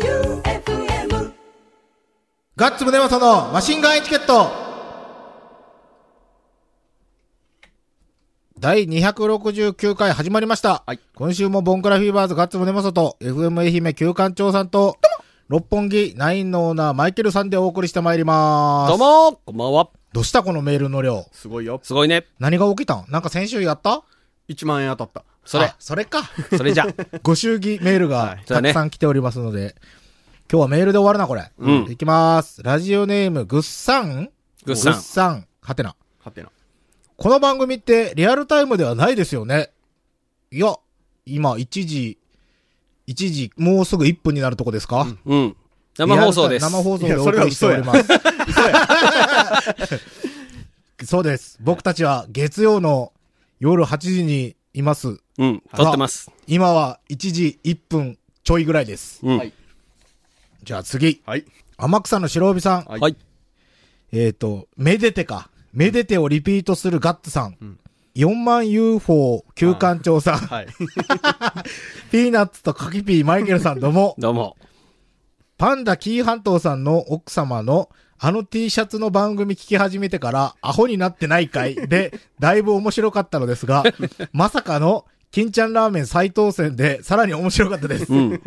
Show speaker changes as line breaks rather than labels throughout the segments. J-O-E-U-F-M
ガッツムネマソのマシンガンエチケット第269回始まりました。
はい
今週もボンクラフィーバーズガッツムネマソと FM 愛媛旧館長さんと六本木ナインのオーナーマイケルさんでお送りしてまいります。
どうもこんばんは。
どうしたこのメールの量。
すごいよ。
すごいね。
何が起きたんなんか先週やった
1万円当たっ
それ
あ、それか。
それじゃ。
ご祝儀メールが
い
たくさん来ておりますので、今日はメールで終わるな、これ。
うん
いきます。ラジオネーム、ぐっさん
ぐっさん
ぐっさん。はてな。
た。はてな。
この番組ってリアルタイムではないですよね。いや、今、1時、1時、もうすぐ1分になるとこですか、
うん。生放送です。
リアルタイム生放送
い
で
や
お
それ
送
は
りしてお
嘘や
ります。 そうです。僕たちは月曜の夜8時にいます。
うん。撮ってます。
今は1時1分ちょいぐらいです。
うん。は。
はいい。
じゃあ次。
はい。
天草の白帯さん。
はい
えっ、と、めでてか。めでてをリピートするガッツさん。4万 UFO 旧館長さん。
はい。
ピーナッツとカキピーマイケルさんどうも
どうも。
パンダキー半島さんの奥様のあの T シャツの番組聞き始めてからアホになってないかい で、だいぶ面白かったのですが、まさかの金ちゃんラーメン再当選でさらに面白かったです。
うん。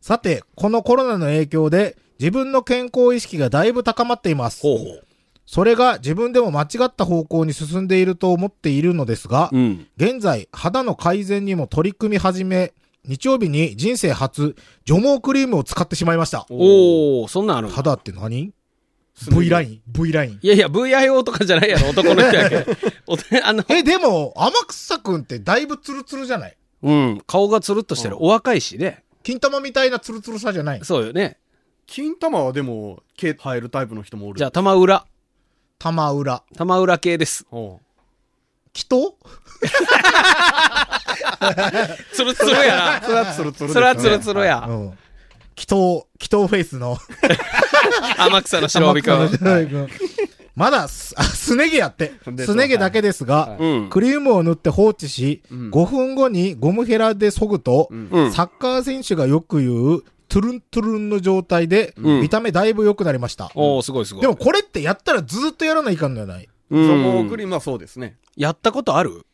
さて、このコロナの影響で自分の健康意識がだいぶ高まっています。
ほうほう。
それが自分でも間違った方向に進んでいると思っているのですが、
うん。
現在、肌の改善にも取り組み始め、日曜日に人生初、除毛クリームを使ってしまいました。
おー、そんなんあるんだ
肌って何 ?V ライン ?V ライン。
いやいや、VIO とかじゃない やろ、男の人やけん。おあの、
え、でも、天草くんってだいぶツルツルじゃない
うん。顔がつるっとしてる。お若いしね。
金玉みたいなツルツルさじゃない
そうよね。
金玉はでも、毛生えるタイプの人もおる。
じゃあ、玉浦。
玉裏。
玉浦系です。
おう
きと
つるつるや
それはツ
な。
ルツルですね。
それはつるつるや
う。ん。きと、きとフェイスの。
天草の白帯くん。
天草の白帯くんまだす、あ、すね毛やって。
です
すね毛だけですが、
うん。
クリームを塗って放置し、
うん
5分後にゴムヘラで削ぐと、
うん
うん。
サッカー選手がよく言う、トゥルントゥルンの状態で、
うん
見た目だいぶ良くなりました。
おー、すごいすごい。
でも、これってやったらずっとやらないかんのやない
うん
除毛クリームはそうですね。
やったことある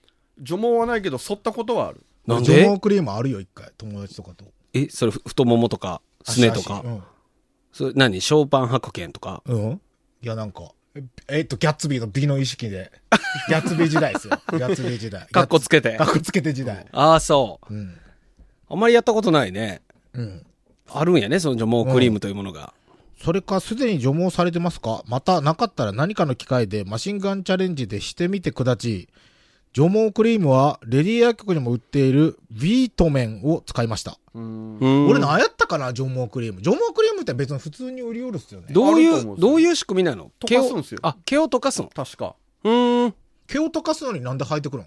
除毛はないけど、剃ったことはある。
なん
俺除
で
毛クリームあるよ、一回。友達とかと。
え、それ、ふ太ももとか、すねとか
足。足
それ何ショーパン白剣とか。
うん。うん。いや、なんか、ええっと、ギャッツビーの美の意識で。ギャッツビー時代 ですよ。ギャッツビー時代。
かっこつけて
かっこつけて時代。
ああ、そう。
うん。
あんまりやったことないね。
うん。
あるんやね、その除毛クリームというものが。
それか、すでに除毛されてますかまた、なかったら何かの機会でマシンガンチャレンジでしてみてくだち。除毛クリームは、レディー薬局にも売っている、ビートメンを使いました。
うん。
うん
俺、何やったかな除毛クリーム。除毛クリームって別に普通に売りおるっすよね。
どうい
あると思うん
う、
ですよ
どういう仕組みなの
溶かすんすよ
毛をあ、毛を溶かすの。
確か。
うーん。
毛を溶かすのになんで生えてくる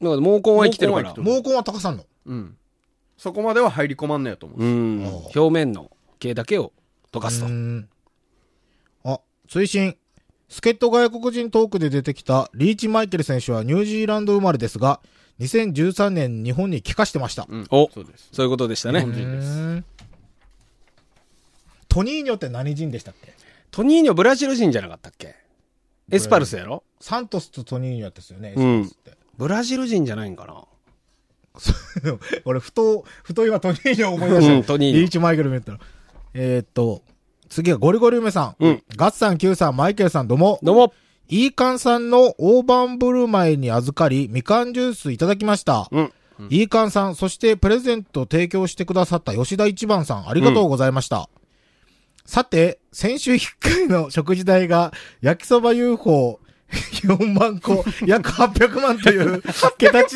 の
だから毛根は生きてるか
毛根
ら
は生き。てる
毛根は高さんの。
うん。そこまでは入り込まんねやと思う。
うん。表面の毛だけを溶かすと
うー。んあ、推進。助っ人外国人トークで出てきたリーチマイケル選手はニュージーランド生まれですが、2013年日本に帰化してました。
うん。
お
そうです。
そういうことでした
う
ね。
ん
うんトニーニョって何人でしたっけ
トニーニョブラジル人じゃなかったっけエスパルスやろ
サントスとトニーニョですよね。
うん
エスパル
ブラジル人じゃないんかな
スって俺、ふと、ふと今トニーニョを思い出した。
うんトニーニョ
リーチマイケル見たら。えー、っと、次はゴリゴリ梅さん。
うん
ガッツさん、キューさん、マイケルさん、どうも。
どうも
イーカンさんの大盤振る舞いに預かり、みかんジュースいただきました。
うん
イーカンさん、そしてプレゼントを提供してくださった吉田一番さん、ありがとうございました。さて、先週1回の食事代が、焼きそば UFO、4万 個、約800万という、桁違い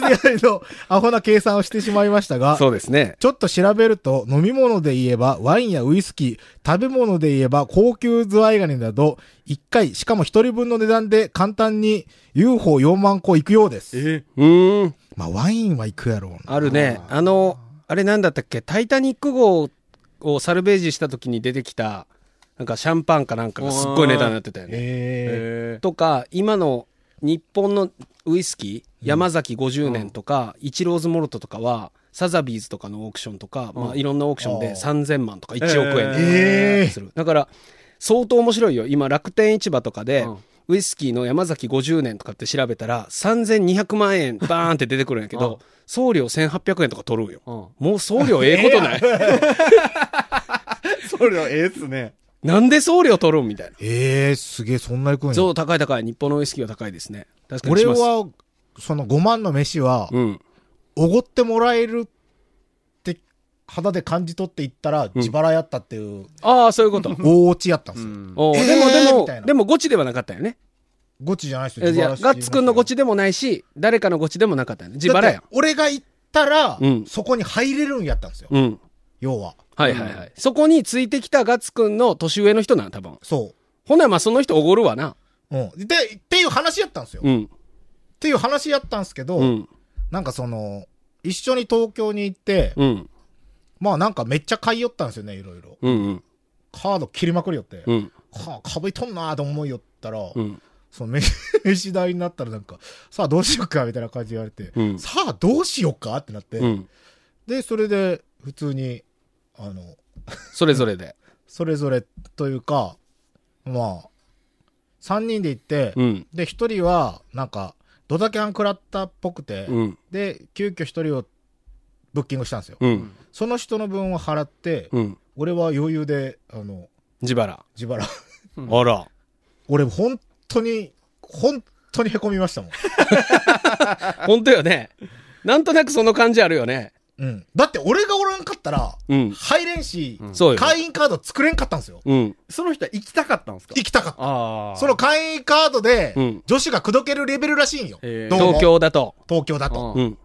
のアホな計算をしてしまいましたが、
そうですね。
ちょっと調べると、飲み物で言えばワインやウイスキー、食べ物で言えば高級ズワイガニなど、1回、しかも1人分の値段で簡単に UFO4 万個いくようです。
え
うーん。
まあ、ワインはいくやろうな。
あるね。あの、あれなんだったっけ、タイタニック号をサルベージした時に出てきた、なんかシャンパンかなんかがすっごい値段になってたよね。
え
え
とか、今の日本のウイスキー、山崎50年とか、イチローズモルトとかは、サザビーズとかのオークションとか、ま
う
あ、
ん
いろんなオークション
あ
で
ー
3000万とか1億円とか
ええ
する、だから相当面白いよ今楽天市場とかで、
うん
ウイスキーの山崎50年とかって調べたら3200万円バーンって出てくるんやけど、
うん
送料1800円とか取るんよ、
うん
もう送料ええことない、
それはええっすね。
なんで送料取るんみたいな
ええすげえ、そんないくんや。
そう高い高い日本のウイスキーは高いですね確かに
俺
します
は、その5万の飯は、
うん
おごってもらえるって、肌で感じ取っていったら、自腹やったっていう、
ああそういうこと
大落ちやったんですよ。
おう
えー
でも
み
でも、
たいな
でもゴチではなかったよね。
ゴチじゃないですよ。
いや、
自腹
ガッツくんのゴ
だ
チでもないし、誰かのゴチでもなかったよね。
って
自腹やん。
俺が行ったら、
うん
そこに入れるんやったんですよ。
うん。
要は。
はいはいはい。そこについてきたガッツくんの年上の人なの、多分。
そ
ほな、まあその人おごるわな。
う。うん。で、っていう話やったんですよ。
う
っ
ん。
ていう話やったんですけど、
うん。
なんかその、一緒に東京に行って、
うん。
まあなんかめっちゃ買いよったんですよね、いろいろ。
うん。うん。
カード切りまくりよって。
うん。
はあ、かぶいとんなーと思いよったら、
うん。
その飯、飯代になったらなんか、さあどうしようかみたいな感じで言われて、
うん
さあどうしようかってなって、
うん。
で、それで普通に、あの、
それぞれで。
それぞれというか、まあ、3人で行って、
うん。
で、1人は、なんか、ドタキャン食らったっぽくて、
うん。
で、急遽1人をブッキングしたんですよ。
うん。
その人の分を払って、
うん。
俺は余裕で、あの、
自腹。
自腹。
あら。
俺、本当に、本当に凹みましたもん。
本当よね。なんとなくその感じあるよね。
うん。だって、俺がおらんかったら、
うん。
入れんし、
そうよ。
会員カード作れんかったんですよ。
うん。
その人は行きたかったんですか
行きたかった。
あ
その、会員カードで、
うん
女子が口説けるレベルらしいんよ。
へー
どうも
東京だと。
東京だと。
うん。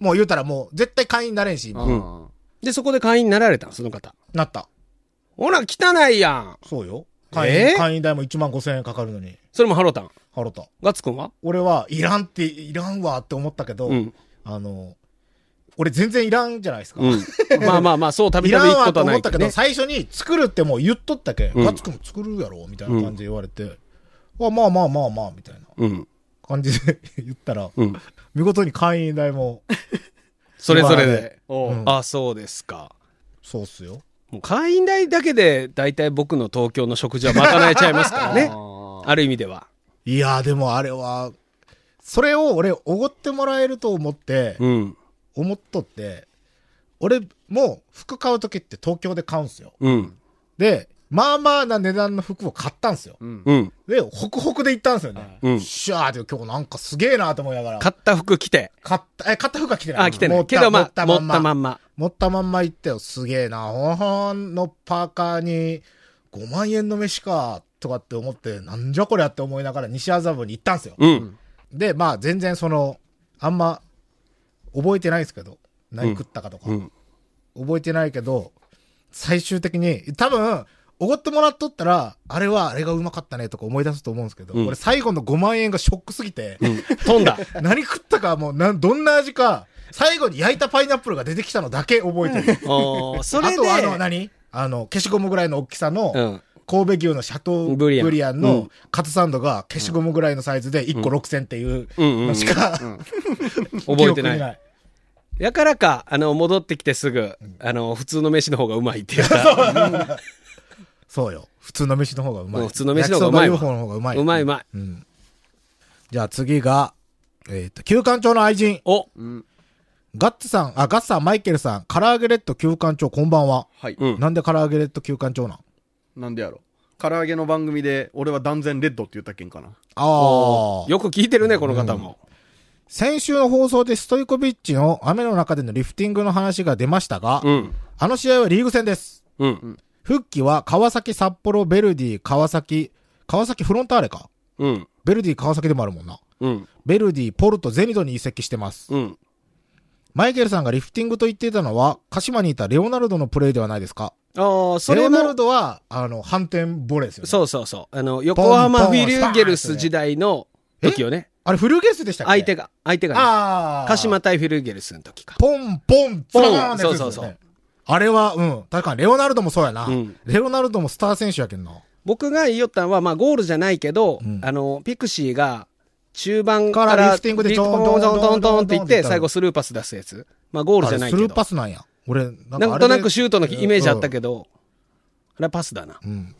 もう言うたらもう絶対会員になれんし、今
うん
で、そこで会員になられたんその方。
なった。
ほら、汚いやん。
そうよ。会員、
えー
会員代も1万5千円かかるのに、
それもハロタン。
払った。
ガッツくんは
俺は、いらんって、いらんわって思ったけど、
うん。
あの、俺全然いらんじゃないですか。
うん。まあまあまあ、そう、たび
い
た
らん
び行く
わ
こととはな
思っ
い
た
け
け
ど
ど、
ね。
最初に作るってもう言っとったけ、
うん
ガッツくんも作るやろみたいな感じで言われて、あまあまあまあまあ、みたいな
うん。
感じで言ったら、
うん。
見事に会員代も、
それぞれ
自腹
で
で。
おう
うん
あ、そうですか。
そうっすよ。
もう会員代だけで、大体僕の東京の食事は賄えちゃいますからね。
あ
ある意味では。
いやーでもあれは、それを俺、おごってもらえると思って、
うん。
思っとって、俺もう服買う時って東京で買うんすよ。
うん。
で、まあまあな値段の服を買ったんすよ。
うん
うん。
で、ホクホクで行ったんすよね。
うん
シャーって今日なんかすげえなと思いながら。
買った服着て。
買った、え、買った服は着てない。
あ、着てな
持
い。
っ
け
た
どま
持っ
あ、
た
持
ま
っ
ん
たま
ま。
んま。
持ったまんま行ったよ。すげえな。ほんほんのパーカーに5万円の飯か、とかって思って、なんじゃこりゃって思いながら西麻布に行ったんすよ。
うん。
で、まあ全然その、あんま覚えてないですけど、何食ったかとか。
うん。
覚えてないけど、最終的に、多分、おごってもらっとったら、あれはあれがうまかったねとか思い出すと思うんですけど、
うん
俺最後の5万円がショックすぎて、
うん。 飛んだ。
何食ったかもうなん、どんな味か、最後に焼いたパイナップルが出てきたのだけ覚えてる。
おー そ
あ
れで
とはあの、。何あの、消しゴムぐらいの大きさ
う
の、
ん。
神戸牛のシャトーブリアン
ブリアンう
の
ん
カツサンドが消しゴムぐらいのサイズで1個6000っていう
うんうん。
のし
覚
か、
えて
記憶
な
に
い。やからか、あの、戻ってきてすぐ、あの、普通の飯の方がうまいって言った。
そうよ。普通の飯の方がうま
う
い。
ん普通の飯の方がうまいわ
焼きそば UFO の方がうまい。
うまいうまい。
うん。じゃあ次が、えっ、と、旧館長の愛人、
お、
うん
ガッツさん、あ、ガッツさん、マイケルさん、唐揚げレッド旧館長、こんばんは。
はい。
うん。
なんで唐揚げレッド旧館長なん
なんでやろ。唐揚げの番組で、俺は断然レッドって言ったっけんかな。
ああ。
よく聞いてるね、この方も。
先週の放送でストイコビッチの雨の中でのリフティングの話が出ましたが、
うん。
あの試合はリーグ戦です。
うん。
復帰は川崎、札幌、ベルディ、川崎、川崎フロンターレか。
うん。
ベルディ、川崎でもあるもんな。
うん。
ベルディ、ポルト、ゼニドに移籍してます。
うん。
マイケルさんがリフティングと言っていたのは、鹿島にいたレオナルドのプレーではないですか
ああ、そ
レ
れ
オナル
も、
ドは、あの、反転ボレーですよ、ね。
そうそうそう。あの、横浜フィリューゲルス時代の
え
時よね。
あれ、フルゲースでしたっけ
相手が、相手がね、
ああ。
鹿島。対フィリューゲルスの時か。
ポン、ポン、ポン、ってやつですよ
そうそ
ね
うそう。
あれは、うん。確かに、レオナルドもそうやな。
うん
レオナルドもスター選手やけんな。
僕が言いよったんは、まあ、ゴールじゃないけど、
うん
あの、ピクシーが、中盤から
からリフティングで
リフ
ちょん
トントントントンっていっ
ちょんちょんちょんってい
て、
った
最後スルーパス出すやつ。まあゴールじゃな
あれ
いけ
スルーパ
ど。
スなんや。俺、なんか
なんとなくシュートのイメージあった
ど。
けど、あれはパスだな。
うんうん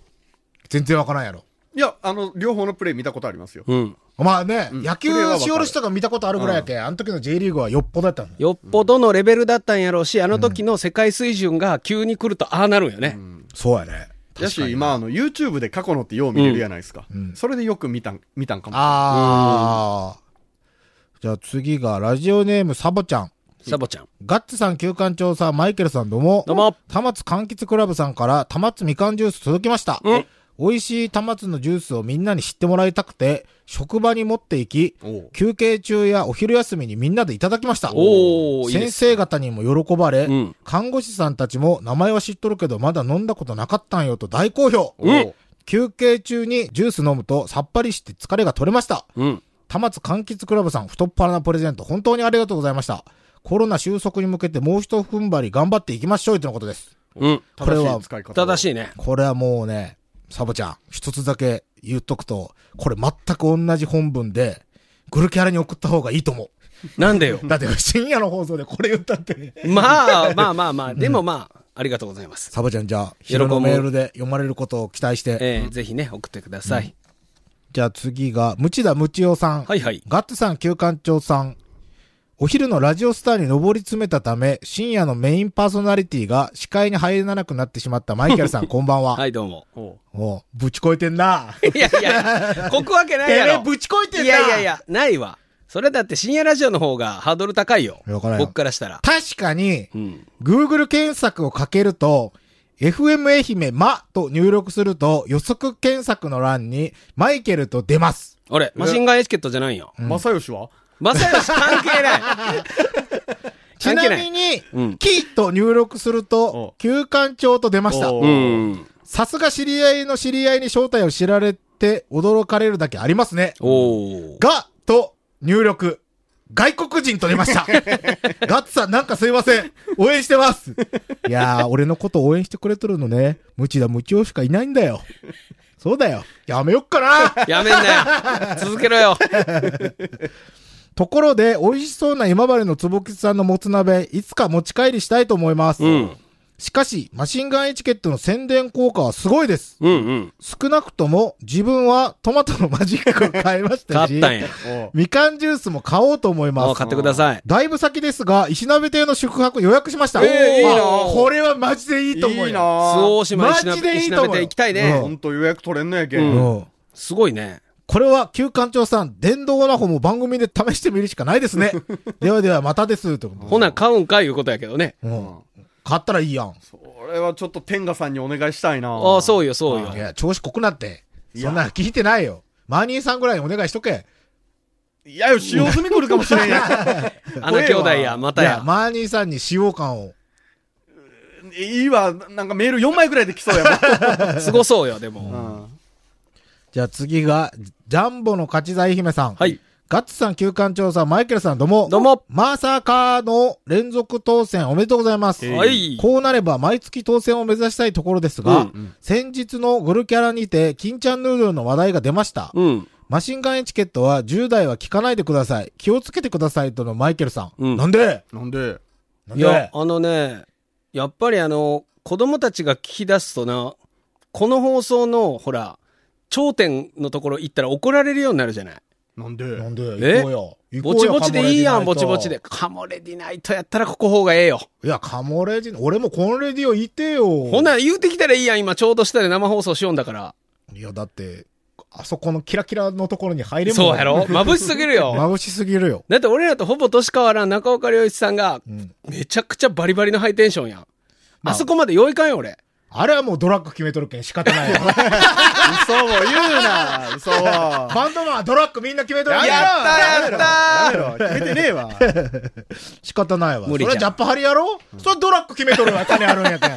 全然わからんやろ。
いや、あの、両方のプレイ見たことありますよ。
うん。
まあね、
ん
野球しおる人が見たことあるぐらいやけん、あの時の J リーグはよっぽどやったのよ。
よっぽどのレベルだったんやろうし、あの時の世界水準が急に来るとああなるんよね。
そうやね。
やし、今、あの、YouTube で過去のってよう見れるやないですか。
うん
それでよく見たん、見たんかも。
ああ。じゃあ次が、ラジオネームサボちゃん。
サボちゃん。
ガッツさん、旧館長さん、マイケルさん、どうも。
どうも。
たまつ柑橘クラブさんから、たまつみかんジュース届きました。
うん
美味しいたまつのジュースをみんなに知ってもらいたくて、職場に持って行き、
おう
休憩中やお昼休みにみんなでいただきました。
おー、いいで
先
す。
生方にも喜ばれ、
うん
看護師さんたちも名前は知っとるけどまだ飲んだことなかったんよと大好評。
おう
うん
休憩中にジュース飲むとさっぱりして疲れが取れました。
うん。
田松柑橘クラブさん太っ腹なプレゼント本当にありがとうございました。コロナ収束に向けてもう一踏ん張り頑張っていきましょうとのことです。
うん。
これは
正しい使い方を。
正しいね。
これはもうね、サボちゃん、一つだけ言っとくと、これ全く同じ本文で、グルキャラに送った方がいいと思
なん でよ
う。。だって深夜の放送でこれ言ったって、
まあまあまあまあ、でもまあ、ありがとうございます。
サボちゃんじゃあ、
喜ぶ
昼のメールで読まれることを期待して。
えー、ぜひね、送ってください。
じゃあ次が、ムチダムチオさん。
はいはい。
ガッツさん、旧館長さん。お昼のラジオスターに上り詰めたため、深夜のメインパーソナリティが視界に入らなくなってしまったマイケル さん、こんばんは。
はい、どうも。
おう
もう、ぶちこえてんな。
いやいや、こくわけないや
てめ
ろ
え。ぶちこいてんない
やいやいや、ないわ。それだって深夜ラジオの方がハードル高いよ。
わからんよ
僕からしたら。
確かに、
うん。
Google 検索をかけると、FM 愛媛まと入力すると予測検索の欄にマイケルと出ます。
あれ、マシンガンエチケットじゃないよ。
正義は
まさよし関係ない。
ち
関係
ないみに、
うん
キと入力する
お
と、休館長と出ました。
お
う。
うん
さすが知り合いの知り合いに正体を知られて驚かれるだけありますね。
おー。
が、と入力。外国人と出ま した。ガッツさん、なんかすいません。応援してます。いやー、俺のこと応援してくれとるのね。無知だ、無知をしかいないんだよ。そうだよ。やめよっかな。
やめんな よ。続けろよ。
ところで、美味しそうな今治の坪吉さんのもつ鍋、いつか持ち帰りしたいと思います。
うん。
しかし、マシンガンエチケットの宣伝効果はすごいです。
うんうん。
少なくとも、自分はトマトのマジックを買いました
勝
し、
ったんや。
おう
みかんジュースも買おうと思い
も
ま
う
す
買。ってください。
だいぶ先ですが、石鍋亭の宿泊予約しました。
えー
あ
いいな
これはマジでいいと思うよ。
いいな
周
ぁ。
防島石
マジで
鍋
いい
石
と思う
鍋で行きたい
うん
ね。
本当予約取れんのやけ。
うん
うん。
すごいね。
これは、旧館長さん、電動オナホも番組で試してみるしかないです ね。ではでは、またです。と。
ほな、買うんかいうことやけどね。
うん。買ったらいいやん。
それはちょっと天下さんにお願いしたいな
ああ、
う。
そうよ、そうよ
い。や、調子こくなって。
いや
そんなの聞いてないよ。マーニーさんぐらいお願いしとけ。
いやよ、使用済み来るかもしれんや。
あの兄弟や、また
いや、
や。
マーニーさんに使用感を。
いいわ、なんかメール4枚ぐらいで来そうや
すごそうよ、で
も
も。
ん。うん
じゃあ次が、ジャンボの勝ち財姫さん。
はい。
ガッツさん、旧館長さん、マイケルさん、どうも。
どうも。
まさかの連続当選おめでとうございます。
はい
こうなれば毎月当選を目指したいところですが、
うんう
先日のグルキャラにて、金ちゃんヌードルの話題が出ました。
うん。
マシンガンエチケットは10代は聞かないでください。気をつけてくださいとのマイケルさん。
うん
なんで
なんで
なん
い
で
や、あのね、やっぱりあの、子供たちが聞き出すとな、この放送の、ほら、頂点のところ行ったら怒られるようになるじゃない。
なんで
なんで
え
行こうよ。行こ
ぼ
う
ち
よ
ぼちでいいやん、ぼちぼち。
カモレディナイト
で。カモレディナイトやったらここ方がええよ。
いや、カモレディナイト、俺もコンレディオいてよ。
ほな、言うてきたらいいやん、今、ちょうど下で生放送しようんだから。
いや、だって、あそこのキラキラのところに入れんもん
そうやろ眩しすぎる よ。
眩しすぎるよ。
だって俺らとほぼ年変わらん中岡良一さんが、
うん。
めちゃくちゃバリバリのハイテンションやん。あそこまで用意かんよ、俺。
あれはもうドラッグ決めとるけん仕方ないよ。
嘘を言うな嘘をや
バンドマンはドラッグみんな決めとる
め
け
ろ
ん
やったやった
やめろ決めてねえわ。
仕方ないわ。そ
無理
れ
じゃ
は
ん
ジャッパハリやろそれはドラッグ決めとるわ。金あるん やけん。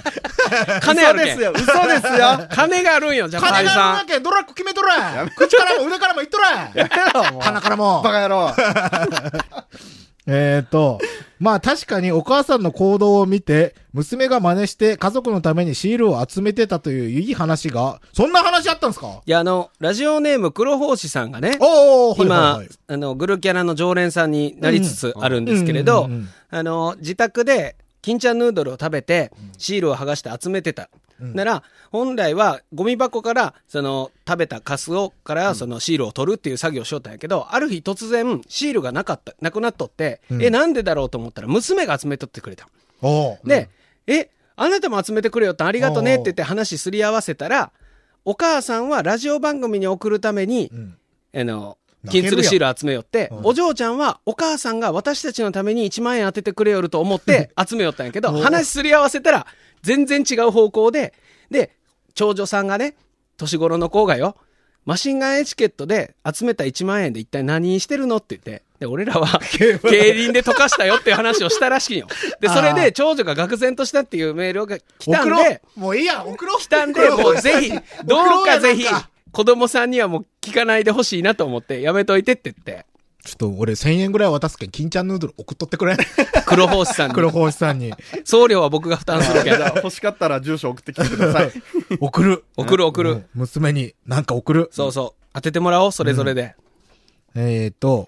金あ
嘘
る
で
け
す
ん。
よ、嘘ですよ。や
金があるんよ、ジャパ
金
ン
があるん
さ
やけん、ドラッグ決めとる口からも腕からもいっとる
めろ、もう。
鼻からも
バ。カ野郎。
えーと、まあ確かにお母さんの行動を見て、娘が真似して家族のためにシールを集めてたといういい話が、そんな話あったんですか
いや、あの、ラジオネーム黒法師さんがね、
おー、
今、
はいはいはい
あの、グルキャラの常連さんになりつつあるんですけれど、
うんうんうんうん
あの、自宅で、金ちゃんヌードルを食べて、シールを剥がして集めてた。なら、本来は、ゴミ箱から、その、食べたカスを、から、その、シールを取るっていう作業をしよったんやけど、ある日突然、シールがなかった、なくなっとって、
うん
え、なんでだろうと思ったら、娘が集めとってくれた。
おー
で、え、あなたも集めてくれよってありがとねって言って話すり合わせたら、お母さんはラジオ番組に送るために
う、ん
あの、
泣ける
金
やん
鶴シール集めよって、
うん
お嬢ちゃんはお母さんが私たちのために1万円当ててくれよると思って 集めよったんやけど、
お
話すり合わせたら全然違う方向で、で、長女さんがね、年頃の子がよ、マシンガンエチケットで集めた1万円で一体何してるのって言って、で、俺ら は競輪で溶かしたよっていう話をしたらしいよ。で、それで長女が愕然としたっていうメールが来た
送
ん
ろ
で
う、もういいや、送ろう
来たんで、もうぜひ、どうかぜひ
送ろうやなんか、
子供さんにはもう聞かないでほしいなと思って、やめといてって言って、
ちょっと俺1000円ぐらい渡すけん、金ちゃんヌードル送っとってくれ。
黒法師さ ん
黒
に、
法師さんに。
送料は僕が負担するけ ど、
欲しかったら住所送ってきてください。
送る。
送る送
う
る
ん。娘になんか送る。
そうそう。当ててもらおう、それぞれで。
えーと、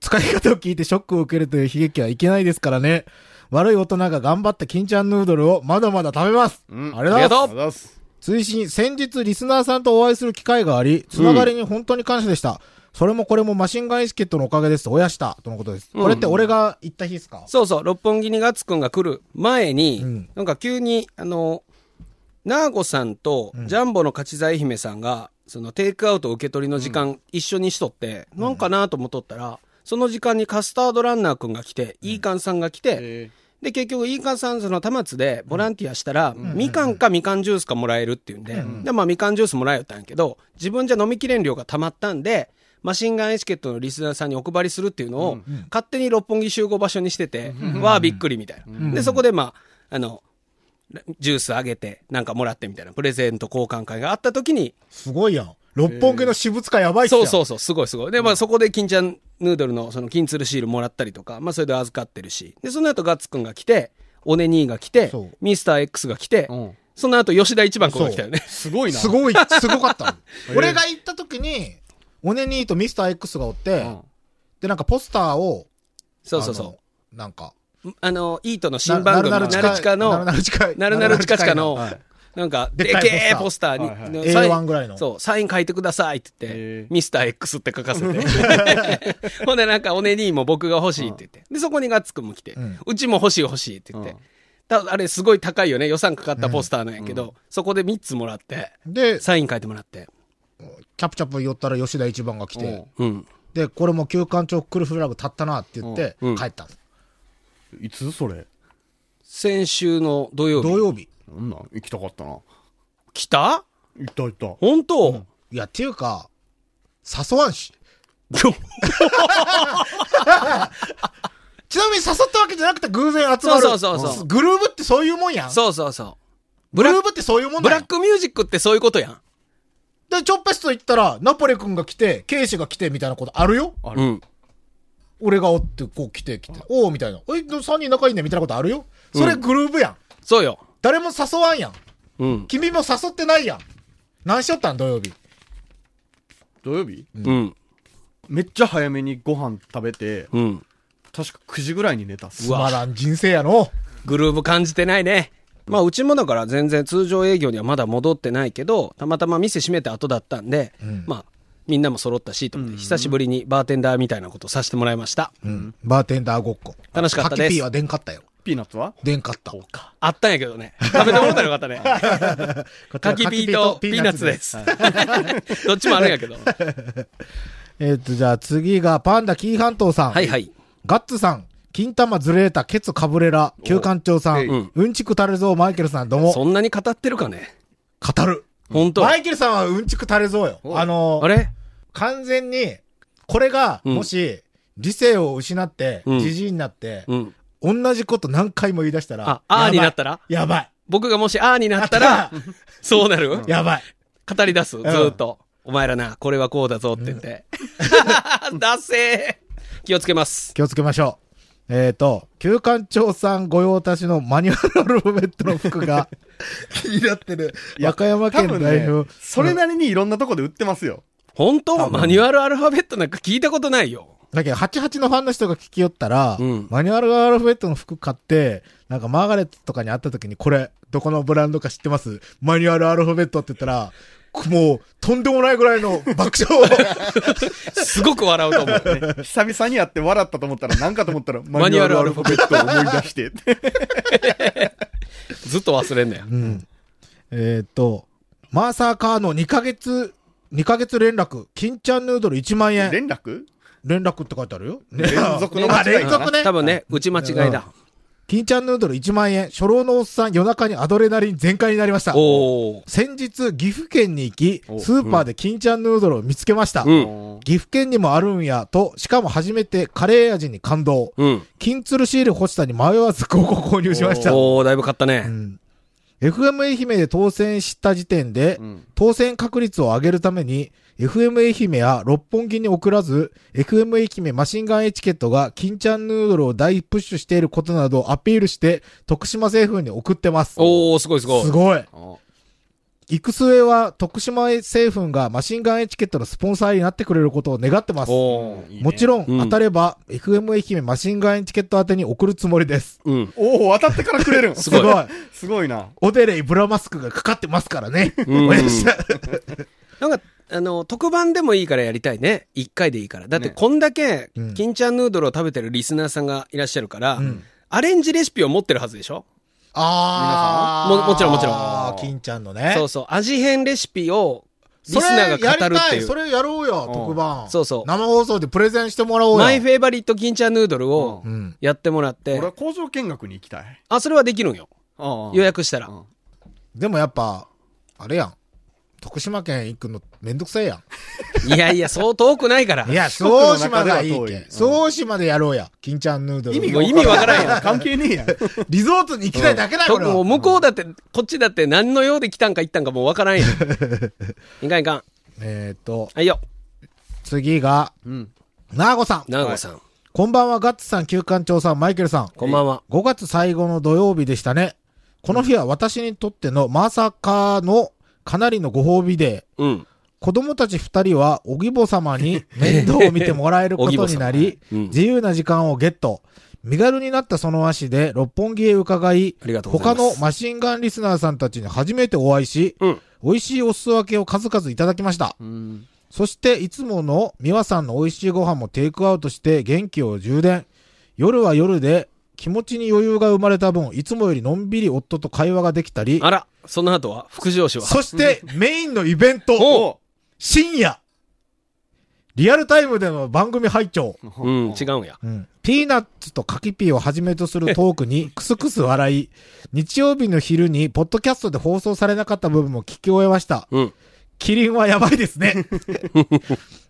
使い方を聞いてショックを受けるという悲劇はいけないですからね。悪い大人が頑張った金ちゃんヌードルをまだまだ食べます。
うん
ありがとうございます。
ありがとうございます。
追伸、先日リスナーさんとお会いする機会があり、つながりに本当に感謝でした。それもこれもマシンガンエチケットのおかげです。おやした。とのことです。
うん
これって俺が言った日ですか
そうそう、六本木にガッツくんが来る前に、
うん
なんか急に、あの、ナーゴさんとジャンボの勝ち財姫さんが、そのテイクアウト受け取りの時間一緒にしとって、なんかなと思っとったら、その時間にカスタードランナーくんが来て、イーカンさんが来て、
え
で、結局、イーカンさん、その、田松でボランティアしたら、みかんかみかんジュースかもらえるっていうんで、で、まあ、みかんジュースもらえよったんやけど、自分じゃ飲みきれん量が溜まったんで、マシンガンエチケットのリスナーさんにお配りするっていうのを、勝手に六本木集合場所にしてて、わあ、びっくりみたいな。で、そこで、まあ、あの、ジュースあげて、なんかもらってみたいな、プレゼント交換会があった時に、
すごいやん。六本木の私物化やばいっすや
そ
ん。
うそうそう、すごいすごい。で、まあそこで金ちゃんヌードルのその金ツルシールもらったりとか、まあそれで預かってるし。で、その後ガッツくんが来て、オネニーが来て
そう、
ミスター X が来て、
うん
その後吉田一番くんが来たよね。
すごいな。
すごい、すごかった の。俺が行った時に、オネニーとミスター X がおって、
うん
で、なんかポスターを、
そうそうそ
あのなんか、
う。あの、イートの新番組、
な
なるちかの、
なるちか、
なるなるちかちかの
はい、
なんか、
で
で
っかい
けえ
ポ
ポ
ス
スターに、
はいはい
の
A1 ぐらいの
そう、サイン書いてくださいって言って、
へえ
ミスター X って書かせて。ほんでなんか、おねにも僕が欲しいって言って。で、そこにガッツくんも来て、
う
うんちも欲しい欲しいって言って。
うん
だあれ、すごい高いよね。予算かかったポスターなんやけど、そこで3つもらって、
で、
サイン書いてもらって。
キャプチャップ寄ったら吉田一番が来
うん
て、
うん。
で、これも旧館長クルフラグ立ったなって言って
うん、
帰ったんです。
いつそれ
先週の土曜日。
土曜日。
なんなん行きたかったな。
来た
行った行った。
本当、
いや、っていうか、誘わんし。 ちなみに誘ったわけじゃなくて偶然集まる。
そうそうそうそうん
グルーブってそういうもんやん。
そうそうそう。
グ
ブ
ル
ラ
ー
ッ
ブ
ク、
ってそういうもん
ブ
だよ
ラッ。クミュージックってそういうことやん。
で、チョッペスと行ったら、ナポレ君が来て、ケイシが来てみたいなことあるよ。
あれ
うん。
俺がおって、こう来て来て、おおみたいな。え、で三人仲いいねみたいなことあるよ。それグルーブやん。
そうよ。
誰も誘わんやん。
うん。
君も誘ってないやん。何しよったん土曜日。
土曜日
うん。
めっちゃ早めにご飯食べて、
うん。
確か9時ぐらいに寝たっす
つまらん人生やの。
グルーブ感じてないね。まあ、うちもだから全然通常営業にはまだ戻ってないけど、たまたま店閉めた後だったんで、まあ、みんなも揃ったし、と思って、久しぶりにバーテンダーみたいなことさせてもらいました。
うん。バーテンダーごっこ。
楽しかったです
カキピーは出んかったよ。
ピーナッツは
出んかった。
あったんやけどね。食べてもらったらよかった ね。カキピーとピーナッツで。す。 どっちもあるんやけど。
えっと、じゃあ次がパンダキー半島さん。
はいはい。
ガッツさん。金玉ずれたケツカブレラ、旧館長さ
えい
ん、うんちくたれぞうマイケルさん、どうも。
そんなに語ってるかね。
語る。
本当
マイケルさんはうんちくたれぞうよ。
お
あのー
あれ
完全に、これが、
うん
もし、理性を失って、
うん
じじいになって、
うん。
同じこと何回も言い出したら、
あ、あ
や
ー
ばい
になったら
やばい。
僕がもし あーになったら、そうなる
やばい。
語り出す、ずーっと。お前らな、これは こうだぞって言って。だせー気をつけます。
気をつけましょう。えっ、と、旧館長さん御用達のマニュアルアルファベットの服が気になってる。 和歌山
多
県
分
代
ね
表。、
それなりにいろんなとこで売ってます よ。
本当マニュアルアルファベットなんか聞いたことないよ。
だけど、88のファンの人が聞きよったら、
うん
マニュアルアルファベットの服買って、なんかマーガレットとかに会った時に、これ、どこのブランドか知ってますマニュアルアルファベットって言ったら、もう、とんでもないぐらいの爆笑を。
すごく笑うと思う。
久々にやって笑ったと思ったら、なんかと思ったら、
マニュアルアルファベ
ットを思い出して。
ずっと忘れんねん。
うん。えーっと、マーサーカーの2ヶ月、2ヶ月連絡、金ちゃんヌードル1万円。
連絡
連絡って書いてあるよ。ね
連続の
あ、
間違い
連
かな
続ね
多。分ね、打ち間違いだ。
金ちゃんヌードル1万円。初老のおっさん夜中にアドレナリン全開になりました。
おお。
先日、岐阜県に行き、
お
スーパーで金ちゃんヌードルを見つけました。
うん。
岐阜県にもあるんや、と、しかも初めてカレー味に感動。
うん。
金鶴シール欲しさに迷わずここ購入しました。
おお、だいぶ買った
う
ね。
ん FM 愛媛で当選した時点で、
うん
当選確率を上げるために、FM 愛媛や六本木に送らず、FM 愛媛マシンガンエチケットが金ちゃんヌードルを大プッシュしていることなどをアピールして、徳島政府に送ってます。
おお、すごいすごい
す。ごい。
あ
行く末は徳島政府がマシンガンエチケットのスポンサーになってくれることを願ってます。
おお。
もちろん、
うん
当たれば、FM 愛媛マシンガンエチケット宛てに送るつもりです。
うん。
おお、当たってからくれる ん
す
す
ご
ご
い
い。
すごいな。
おでれいブラマスクがかかってますから ね。
うん
おやっしゃ
なんか、あの、特番でもいいからやりたいね。一回でいいから。だって、
ね
こんだけ
う、ん
金ちゃんヌードルを食べてるリスナーさんがいらっしゃるから、
ん
アレンジレシピを持ってるはずでしょ
あ
皆さんももちろんもちろん
あー金ちゃんのね。
そうそう。味変レシピを、リスナーが語るっていう。
それやりたいそれやろうよ
う、ん
特番。
そうそう
生放送でプレゼンしてもらおうよ。
マイフェイバリット銀茶ヌードルを
うん。
やってもらって、
俺は工場見学に行きたい。
あ、それはできるんよ。
あ
予約したら。
うん
でもやっぱ、あれやん。徳島県行くのめんどくさいや
いやいや、そう遠くないから。
ん。いや、
四国の
総
中
島
では
が
遠
い
い
いけん。総島でやろうや。金ちゃんヌードル。
意味
も
が
う意味わからんや
やん。関係 ねえやん。
リゾートに行きたいだけだよ、こ
特
れ
に
は
もう向こうだって、こっちだって何の用で来たんか行ったんかもうわからん やん。いかんいかん。
えっと、
はいよ。
次が、
うん。
なーごさん。
ナーゴさん、
こんばんは、ガッツさん、旧館長さん、マイケルさん。
こんばんは。
5月最後の土曜日でしたね。この日は私にとってのまさかのかなりのご褒美で、
うん。
子供たち二人は、おぎぼ様 に面倒を見てもらえることにな
おぎ
り
ぼ、様うん
自由な時間をゲット。身軽になったその足で、六本木へ伺い
ありが、とうござい
他
ます
のマシンガンリスナーさんたちに初めてお会いし、
うん。
美味しいお裾分けを数々いただきました。
うん。
そして、いつもの美和さんの美味しいご飯もテイクアウトして元気を充電。夜は夜で気持ちに余裕が生まれた分、いつもよりのんびり夫と会話ができたり
あ、ら、その後は、副上司は。
そして、メインのイベント、
お
お
深夜。リアルタイムでの番組拝聴。
うん、違うんや。
うんピーナッツとカキピーをはじめとするトークにクスクス笑い、日曜日の昼にポッドキャストで放送されなかった部分も聞き終えました。
うん。
キリンはやばいですね。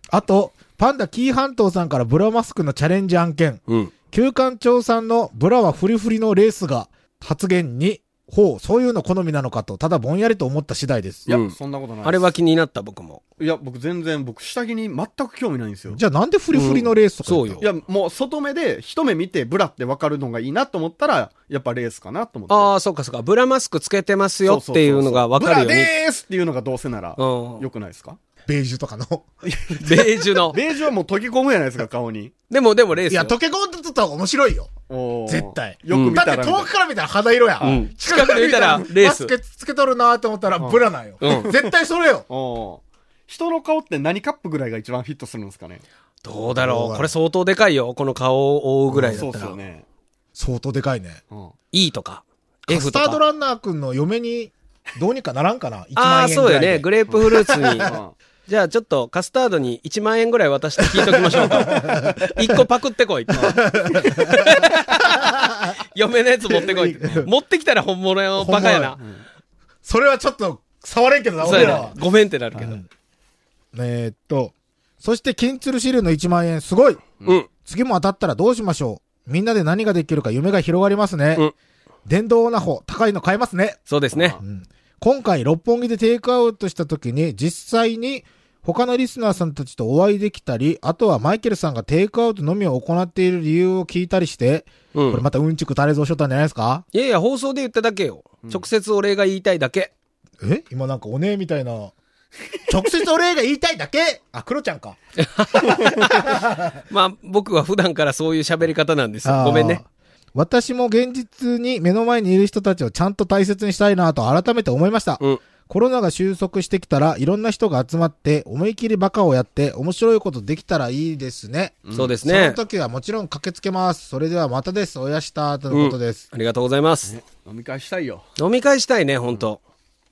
あと、パンダキー半島さんからブラマスクのチャレンジ案件、
うん。
旧館長さんのブラはフリフリのレースが発言に、ほう、そういうの好みなのかと、ただぼんやりと思った次第です。
いうや、
ん
そんなことないです。
あれは気になった僕も。
いや、僕全然、僕下着に全く興味ないんですよ。
じゃあなんでフリフリのレースとか言ったの、
いや、もう外目で一目見てブラって分かるのがいいなと思ったら、やっぱレースかなと思って。
ああ、そうかそうか。ブラマスクつけてます
そ
よ
そそ
っていうのがわかるよ
ブ
うに
ラ。でーすっていうのがどうせなら、
うん
よくないですか
ベージュとかの。
ベージュの。
ベージュはもう溶け込むじゃないですか、顔に。
でも、でもレース
い
よ。
や、溶け込んでたら面白いよ。
おー
絶対
よく見
だ
た
って
らみたいな。
遠くから見たら肌色や。
うん近くで見たらレース
マスクつけとるなーって思ったらブラなんよ。
う
絶対それよ。
おー人の顔って何カップぐらいが一番フィットするんですかね
どうだろ
どうだろ
う。
う
これ相当でかいよ。この顔を覆うぐらいだ
そう
っ
ったす
ら。
よね。
相当でかいね。
うん。
E とか。
カ
F
ス
と
タ
か。
ードランナーくんの嫁にどうにかならんかな ?1
あ
万
あ、
円ぐ
そ
ら
う
いで。
よね。グレープフルーツに。じゃあちょっとカスタードに1万円ぐらい渡して聞いときましょうか。1個 パクってこい。嫁のやつ持ってこい。持ってきたら本物のバカやな。
それはちょっと触れんけどな、
そう
俺
や
ら
な
は。。
ごめんってなるけど。
えーっと、そして金鶴シールの1万円、すごい
うん。
次も当たったらどうしましょうみんなで何ができるか夢が広がりますね。
うん
電動オナホ、高いの買えますね。
そうですね。
今回、六本木でテイクアウトした時に、実際に他のリスナーさんたちとお会いできたり、あとはマイケルさんがテイクアウトのみを行っている理由を聞いたりして、
う
これ
ん。
またうんちく垂れぞしとったんじゃないですか
いやいや、放送で言っただけよ。直接お礼が言いたいだけ。
え今なんかおねえみたいな。直接お礼が言いたいだけ あ、クロちゃんか。
まあ、僕は普段からそういう喋り方なんですよ。ごめんね
あー。。私も現実に目の前にいる人たちをちゃんと大切にしたいなと改めて思いました。
うん
コロナが収束してきたらいろんな人が集まって思い切りバカをやって面白いことできたらいいですね。
そうです
その
ね。
時はもちろん駆けつけます。それではまたです。おやしたとのことです。
ありがとうございます。
飲み会したいよ。
飲み会したいね、本当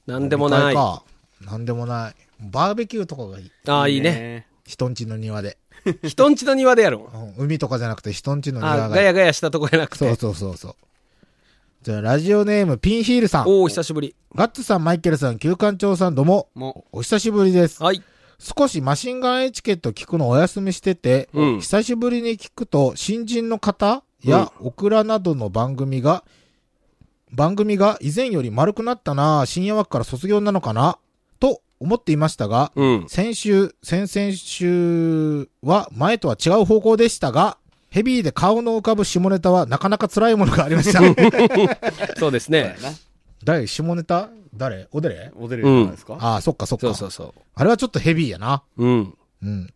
なんでもない。あ
か。なんでもない。バーベキューとかがいい。
あ、いいね。。
人んちの庭で。
人んちの庭でやろう
う。ん海とかじゃなくて人んちの
あ
庭
ガ
がいい。
ヤガヤしたとこじゃなく
そう
て。
そうそうそう。じゃあ、ラジオネーム、ピンヒールさん。
おお、久しぶり。
ガッツさん、マイケルさん、旧館長さん、どうも。
も
お久しぶりです。
はい。
少しマシンガンエチケット聞くのお休みしてて、
うん
久しぶりに聞くと、新人の方や、オクラなどの番組が、番組が以前より丸くなったな、深夜枠から卒業なのかな、と思っていましたが、
うん。
先週、先々週は前とは違う方向でしたが、ヘビーで顔の浮かぶ下ネタはなかなか辛いものがありま した。
そうですね。
誰下ネタ誰おでれ
お出るじゃないですか。
ああ、そっかそっか。
そうそうそ
あれはちょっとヘビーやな。
う。うん。
うん。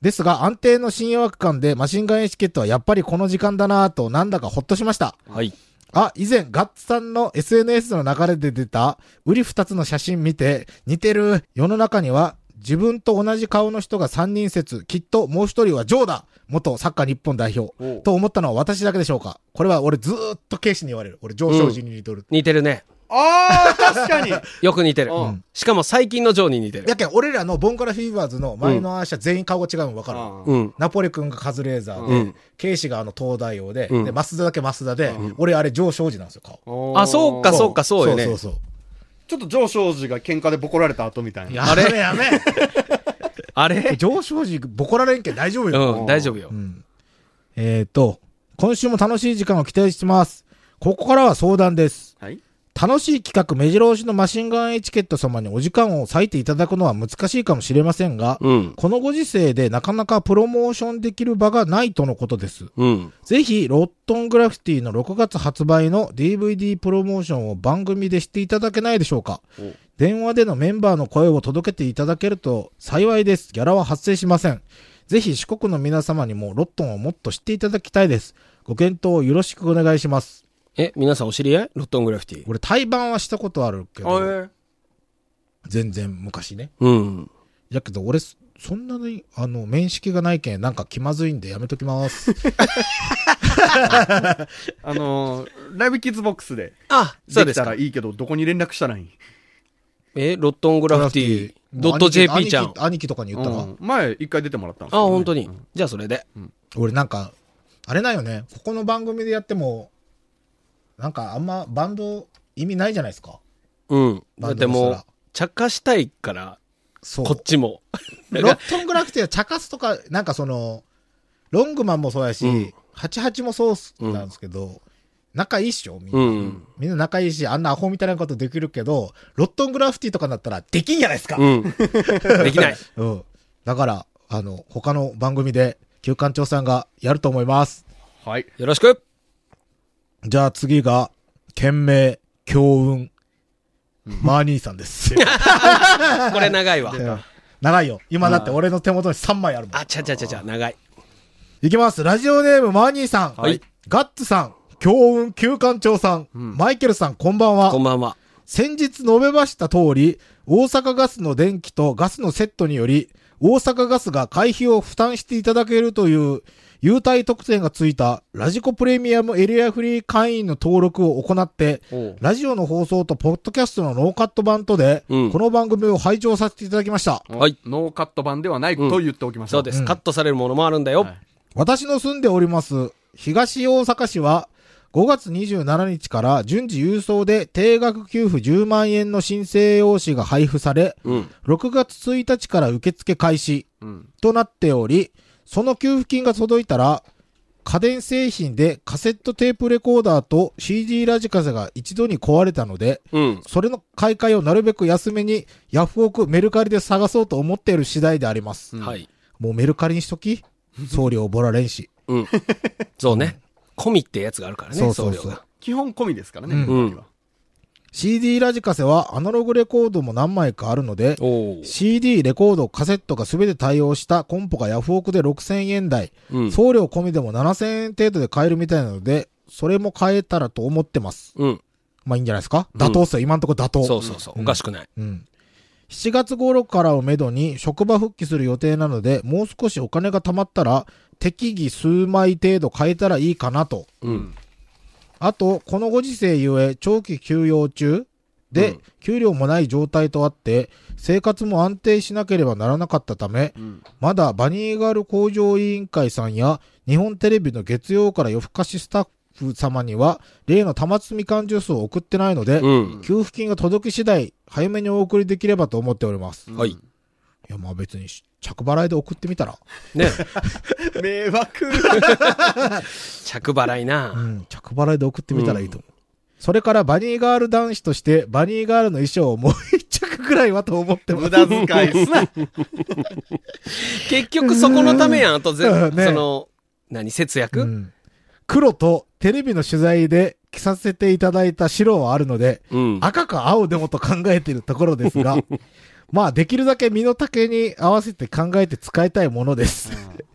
ですが、安定の深夜枠間でマシンガンエチケットはやっぱりこの時間だなぁと、なんだかほっとしました。
はい。
あ、以前、ガッツさんの SNS の流れで出た、売り二つの写真見て、似てる。世の中には、自分と同じ顔の人が三人説、きっともう一人はジョーだ元サッカー日本代表
おう。
と思ったのは私だけでしょうかこれは俺ずーっとケイシに言われる。俺上昇時に似とる。
似てるね。
ああ、確 かに。
よく似てる。
うん
しかも最近のジョーに似てる。
やけん、俺らのボンカラフィーバーズの前のアーシャ全員顔が違うの分かる。
うん。
ナポレ君がカズレーザーで、
うん
ケイシがあの東大王で、
うん
で、増田だけ増田で、俺あれ上昇時なんですよ、顔。
あ
あ、そうか、そうか、そうよね。
そうそうそう
ちょっと上昇寺が喧嘩でボコられた後みたいな。
やめや め
あれ
上昇時ボコられんけん大丈夫よ。
うん、大丈夫よ。
えーと、今週も楽しい時間を期待してます。ここからは相談です。
はい。
楽しい企画、目白押しのマシンガンエチケット様にお時間を割いていただくのは難しいかもしれませんが、
うん。
このご時世でなかなかプロモーションできる場がないとのことです。
うん。
ぜひ、ロットングラフィティの6月発売の DVD プロモーションを番組でしていただけないでしょうか
お
電話でのメンバーの声を届けていただけると幸いです。ギャラは発生しません。ぜひ四国の皆様にもロットンをもっと知っていただきたいです。ご検討よろしくお願いします。
え、皆さんお知り合いロットングラフィティ。
俺、対バンはしたことあるけど、
え
全然昔ね。
うん。
やけど俺、そそんなに、あの、面識がないけん、なんか気まずいんでやめときます。
あのー、ライブキッズボックスで。
あ、そうで
でき
す
た。
から
いいけど、どこに連絡したらいい
え、ロットングラフィティドット JP ちゃん
兄。貴兄貴とかに言ったら、
うん前、一回出てもらったんです
あ、
よね
本当に。じゃあそれで。
俺なんか、あれなんよね、ここの番組でやっても、なんかあんまバンド意味ないじゃないですか。
うん。だ
バ
っ
ン
て
ドの皿
もう、茶化したいから、
そう。
こっちも。
ロットングラフィティは茶化すとか、なんかその、ロングマンもそうやし、
うん
88もそうなんですけど、仲いいっしょみんな、
うん。
みんな仲いいし、あんなアホみたいなことできるけど、ロットングラフィティとかになったらできんじゃないですか。
うん。できない。
うん。だから、あの、他の番組で、旧館長さんがやると思います。
はい。
よろしく
じゃあ次が、賢明、強運、マーニーさん です。
これ長いわ。
長いよ。今だって俺の手元に3枚あるもん
あ、。ちゃちゃちゃちゃ、長い。
いきます。ラジオネーム、マーニーさん。
はい
ガッツさん。強運旧館長さん,、マイケルさん、こんばんは。
こんばんは。
先日述べました通り、大阪ガスの電気とガスのセットにより、大阪ガスが会費を負担していただけるという、優待特典がついた、ラジコプレミアムエリアフリー会員の登録を行って、
おう
ラジオの放送とポッドキャストのノーカット版とで、
うん
この番組を拝聴させていただきました。
はい
ノーカット版ではないと言っておきましょ
そうです。カットされるものもあるんだよ
は。い
私の住んでおります東大阪市は5月27日から順次郵送で定額給付10万円の申請用紙が配布され、
うん。
6月1日から受付開始
うん。
となっており、その給付金が届いたら、家電製品でカセットテープレコーダーと CD ラジカセが一度に壊れたので、
うん。
それの買い替えをなるべく安めにヤフオクメルカリで探そうと思っている次第であります。
うん
はい。
もうメルカリにしとき送料ボラレンシ。
うん。そうね。込みってやつがあるから
そ
ね、
うそ
送
う
料
そう
が。
基本込みですからね、
うん
メルカリは
CD ラジカセはアナログレコードも何枚かあるので、
おお。
CD、レコード、カセットが全て対応したコンポがヤフオクで6000円台、
うん。
送料込みでも7000円程度で買えるみたいなので、それも買えたらと思ってます。
うん。
まあいいんじゃないですか妥当っすよ、今んとこ妥当。
そうそうそう。おかしくない。
うん。7月頃からをめどに職場復帰する予定なので、もう少しお金が貯まったら、適宜数枚程度買えたらいいかなと。
うん。
あと、このご時世ゆえ、長期休養中で、
うん
給料もない状態とあって、生活も安定しなければならなかったため、
うん
まだバニーガール工場委員会さんや、日本テレビの月曜から夜更かしスタッフ様には、例の玉摘み缶ジュースを送ってないので、
うん。
給付金が届き次第、早めにお送りできればと思っております。い
はい。
や、まあ別に、着払いで送ってみたら。
ね。
迷惑
着払いうな。
ん、着払いで送ってみたらいいと思う。それから、バニーガール男子として、バニーガールの衣装をもう一着くらいはと思ってます
無。駄遣いすな
結局そこのためやん。あと全
うんね
部、その、何、節
う
約
ん黒とテレビの取材で着させていただいた白はあるので、
うん。
赤か青でもと考えているところです が、まあできるだけ身の丈に合わせて考えて使いたいものです。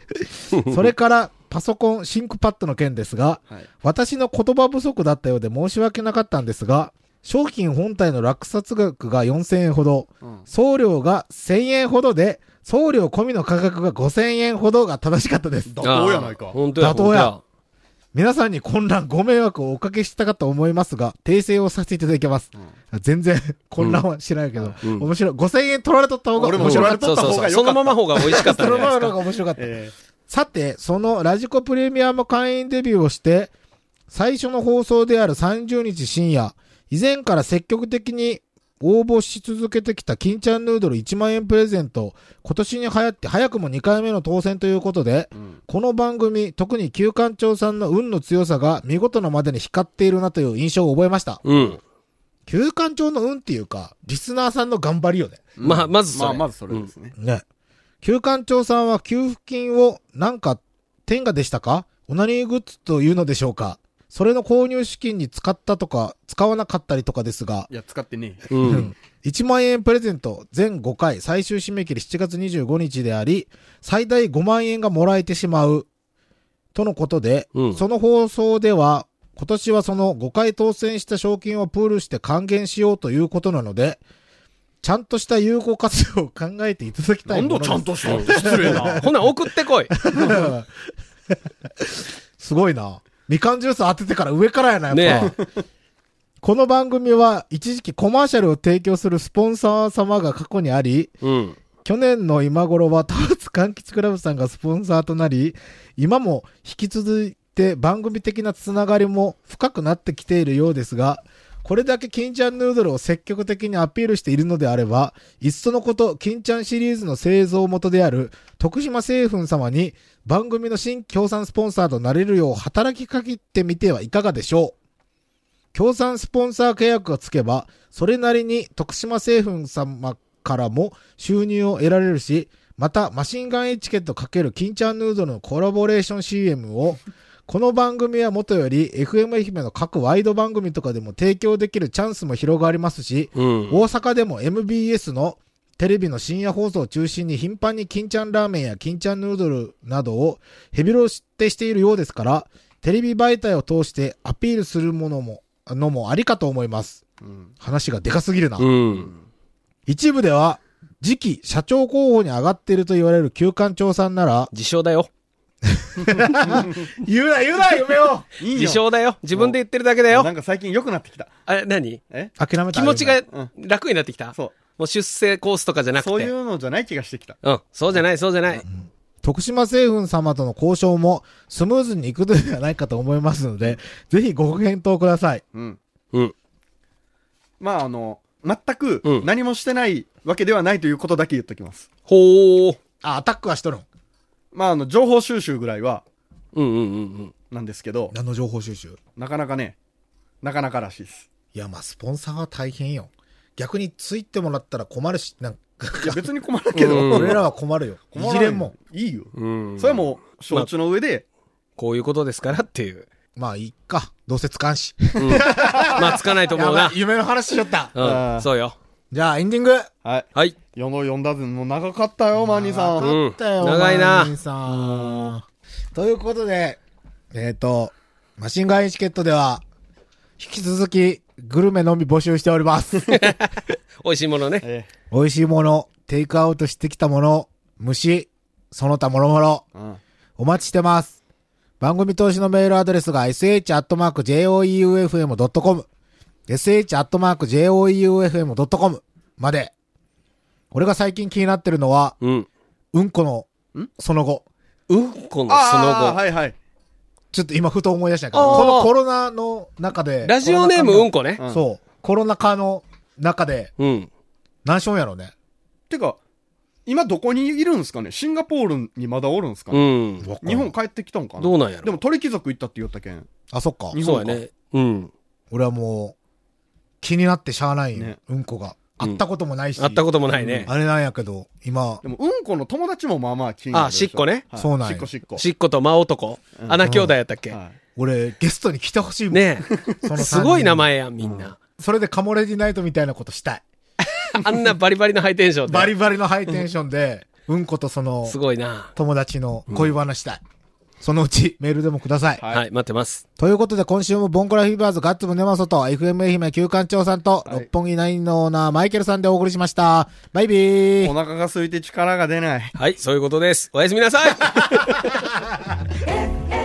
それからパソコンシンクパッドの件ですが、
はい
私の言葉不足だったようで申し訳なかったんですが、商品本体の落札額が4000円ほど、
うん
送料が1000円ほどで、送料込みの価格が5000円ほどが正しかったです。
妥当やない
あー
か。
本当や。
妥当や皆さんに混乱、ご迷惑をおかけしたかと思いますが、訂正をさせていただきます。全然混乱はしないけど、
うん
面白い。5000円取られとった方が
俺も
面
取
白
ら
か
れ
っ。
とった方が良かった
そのまま方が美味しかったたん
そ
じ
の
ゃな
まま
いで
すの
か
方が面白かった。
え
さて、そのラジコプレミアム会員デビューをして、最初の放送である30日深夜、以前から積極的に応募し続けてきた金ちゃんヌードル1万円プレゼント、今年に流行って早くも2回目の当選ということで、
ーうん
この番組、特に旧館長さんの運の強さが見事なまでに光っているなという印象を覚えました。
うん。
旧館長の運っていうか、リスナーさんの頑張りよね。
まあまずそれ
まあ、まずそれですね。
ね。旧館長さんは給付金をなんか、天下でしたかオナニーグッズというのでしょうかそれの購入資金に使ったとか、使わなかったりとかですが、
いや、使ってねえ。
うん。
1万円プレゼント全5回最終締め切り7月25日であり、最大5万円がもらえてしまう。とのことで、
うん
その放送では、今年はその5回当選した賞金をプールして還元しようということなので、ちゃんとした有効活用を考えていただきたい
何
もの
度
です
ちゃんとしろって失礼な。
ほな、送ってこい。
すごいな。みかんジュース当ててから上からやな、やっ
ね
ぱ。この番組は一時期コマーシャルを提供するスポンサー様が過去にあり、
うん。
去年の今頃はターツ柑橘クラブさんがスポンサーとなり、今も引き続いて番組的なつながりも深くなってきているようですが、これだけ金ちゃんヌードルを積極的にアピールしているのであれば、いっそのこと、金ちゃんシリーズの製造元である徳島製粉様に番組の新協賛スポンサーとなれるよう働きかけてみてはいかがでしょう協賛スポンサー契約がつけば、それなりに徳島製粉様からも収入を得られるし、また、マシンガンエチケット×金ちゃんヌードルのコラボレーション CM を、 この番組はもとより FM 愛媛の各ワイド番組とかでも提供できるチャンスも広がりますし、
うん。
大阪でも MBS のテレビの深夜放送を中心に頻繁に金ちゃんラーメンや金ちゃんヌードルなどをヘビロテしているようですから、テレビ媒体を通してアピールするものも、のもありかと思います。
うん
話がでかすぎるな。
うん。、
一部では、次期社長候補に上がっていると言われる旧館長さんなら
自称だよ。
言うな言うな夢を
いいよ
自称だよ。自分で言ってるだけだよ
な。んか最近良くなってきた。
あれ、何
え
諦めた
気持ちが
うん
楽になってきた。
そ
もう出世コースとかじゃ
う。
なくて。
そういうのじゃない気がしてきた。
うん。そうじゃない、そうじゃない。
徳島製粉様との交渉もスムーズにいくのではないかと思いますので、ぜひご検討ください。
うん。
うん。
まあ、あの、全く
うん
何もしてないわけではないということだけ言っときます。
ほー。
あ、アタックはしとるん。
まあ、あの、情報収集ぐらいは
うんうんうん
なんですけど、
何の情報収集
なかなかね、なかなからしいです。
いや、まあ、スポンサーは大変よ。逆についてもらったら困るし、なんか、
いや別に困るけど、
うん
俺らは困るよ。い
困
じ
らな
れ
い
んもん。。
いいよ。
うん。うん。
それはもう承知の上で、
こういうことですからって いう。
まあ、いいか。どうせつかんし。
うん。まあ、つかないと思う
や
な
ばい。夢の話しちゃった。
う
あー
ん。そうよ。
じゃあ、エンディング。
はい。
はい。
世の読んだずもう長かったよ、マニーさ
あ
ん。
ーわかったよ
うん長いな
マニーさん。ということで、えっと、マシンガンエチケットでは、引き続き、グルメのみ募集しております。
美味しいものね。
え
美味しいもの、テイクアウトしてきたもの、虫、その他もろもろ、
えうん
お待ちしてます。番組投資のメールアドレスが sh.joeufm.com sh.joeufm.com まで。俺が最近気になってるのは、
うん。
うんこの
ん、
その後。
うんこのその
ああ、
後。
はいはい。
ちょっと今ふと思い出したけど、
あー
このコロナの中で。
ラジオネー
コ
ム
ロ
うん
ナ禍
こね
う。
の
ん
そう。コロナ禍の中で、
うん。
何しようやろうね。
てか、今どこにいるんですかねシンガポールにまだおるんですか
う
ね
ん。
日本帰ってきたんかな
どうなんや
で
ろ。
も鳥貴族行ったって言ったけん。
あ、そっか。
日
そう
本
や
か
ね。うん。
俺はもう、気になってしゃあないよ、
ね
うんこが。
うん
会ったこともないし。
会ったこともないね。
あれなんやけど、今
で、も、うんこの友達もまあまあ気になるでょ
あしっこね
はい
そうなん
し
や
っこしっこ。
しっこと真男。
うん
穴兄弟やったっけ
は
俺、ゲストに来てほしいもん。
ね
その
え。
三人
すごい名。前やん、みんな。
それでカモレディナイトみたいなことしたい。
あんなバリバリのハイテンションで。
バリバリのハイテンションで、うんことその
す、ごいな。
友達の恋話したい。そのうちメールでもください。
はい
はい、待ってます。
ということで今週もボンコラフィーバーズガッツムネマソと FM 愛媛旧館長さんと、
はい
六本木ナインのオーナーマイケルさんでお送りしました。バイビ
い。
ー
お。腹が空いて力が出ない。
はい、そういうことです。おやすみなさい
F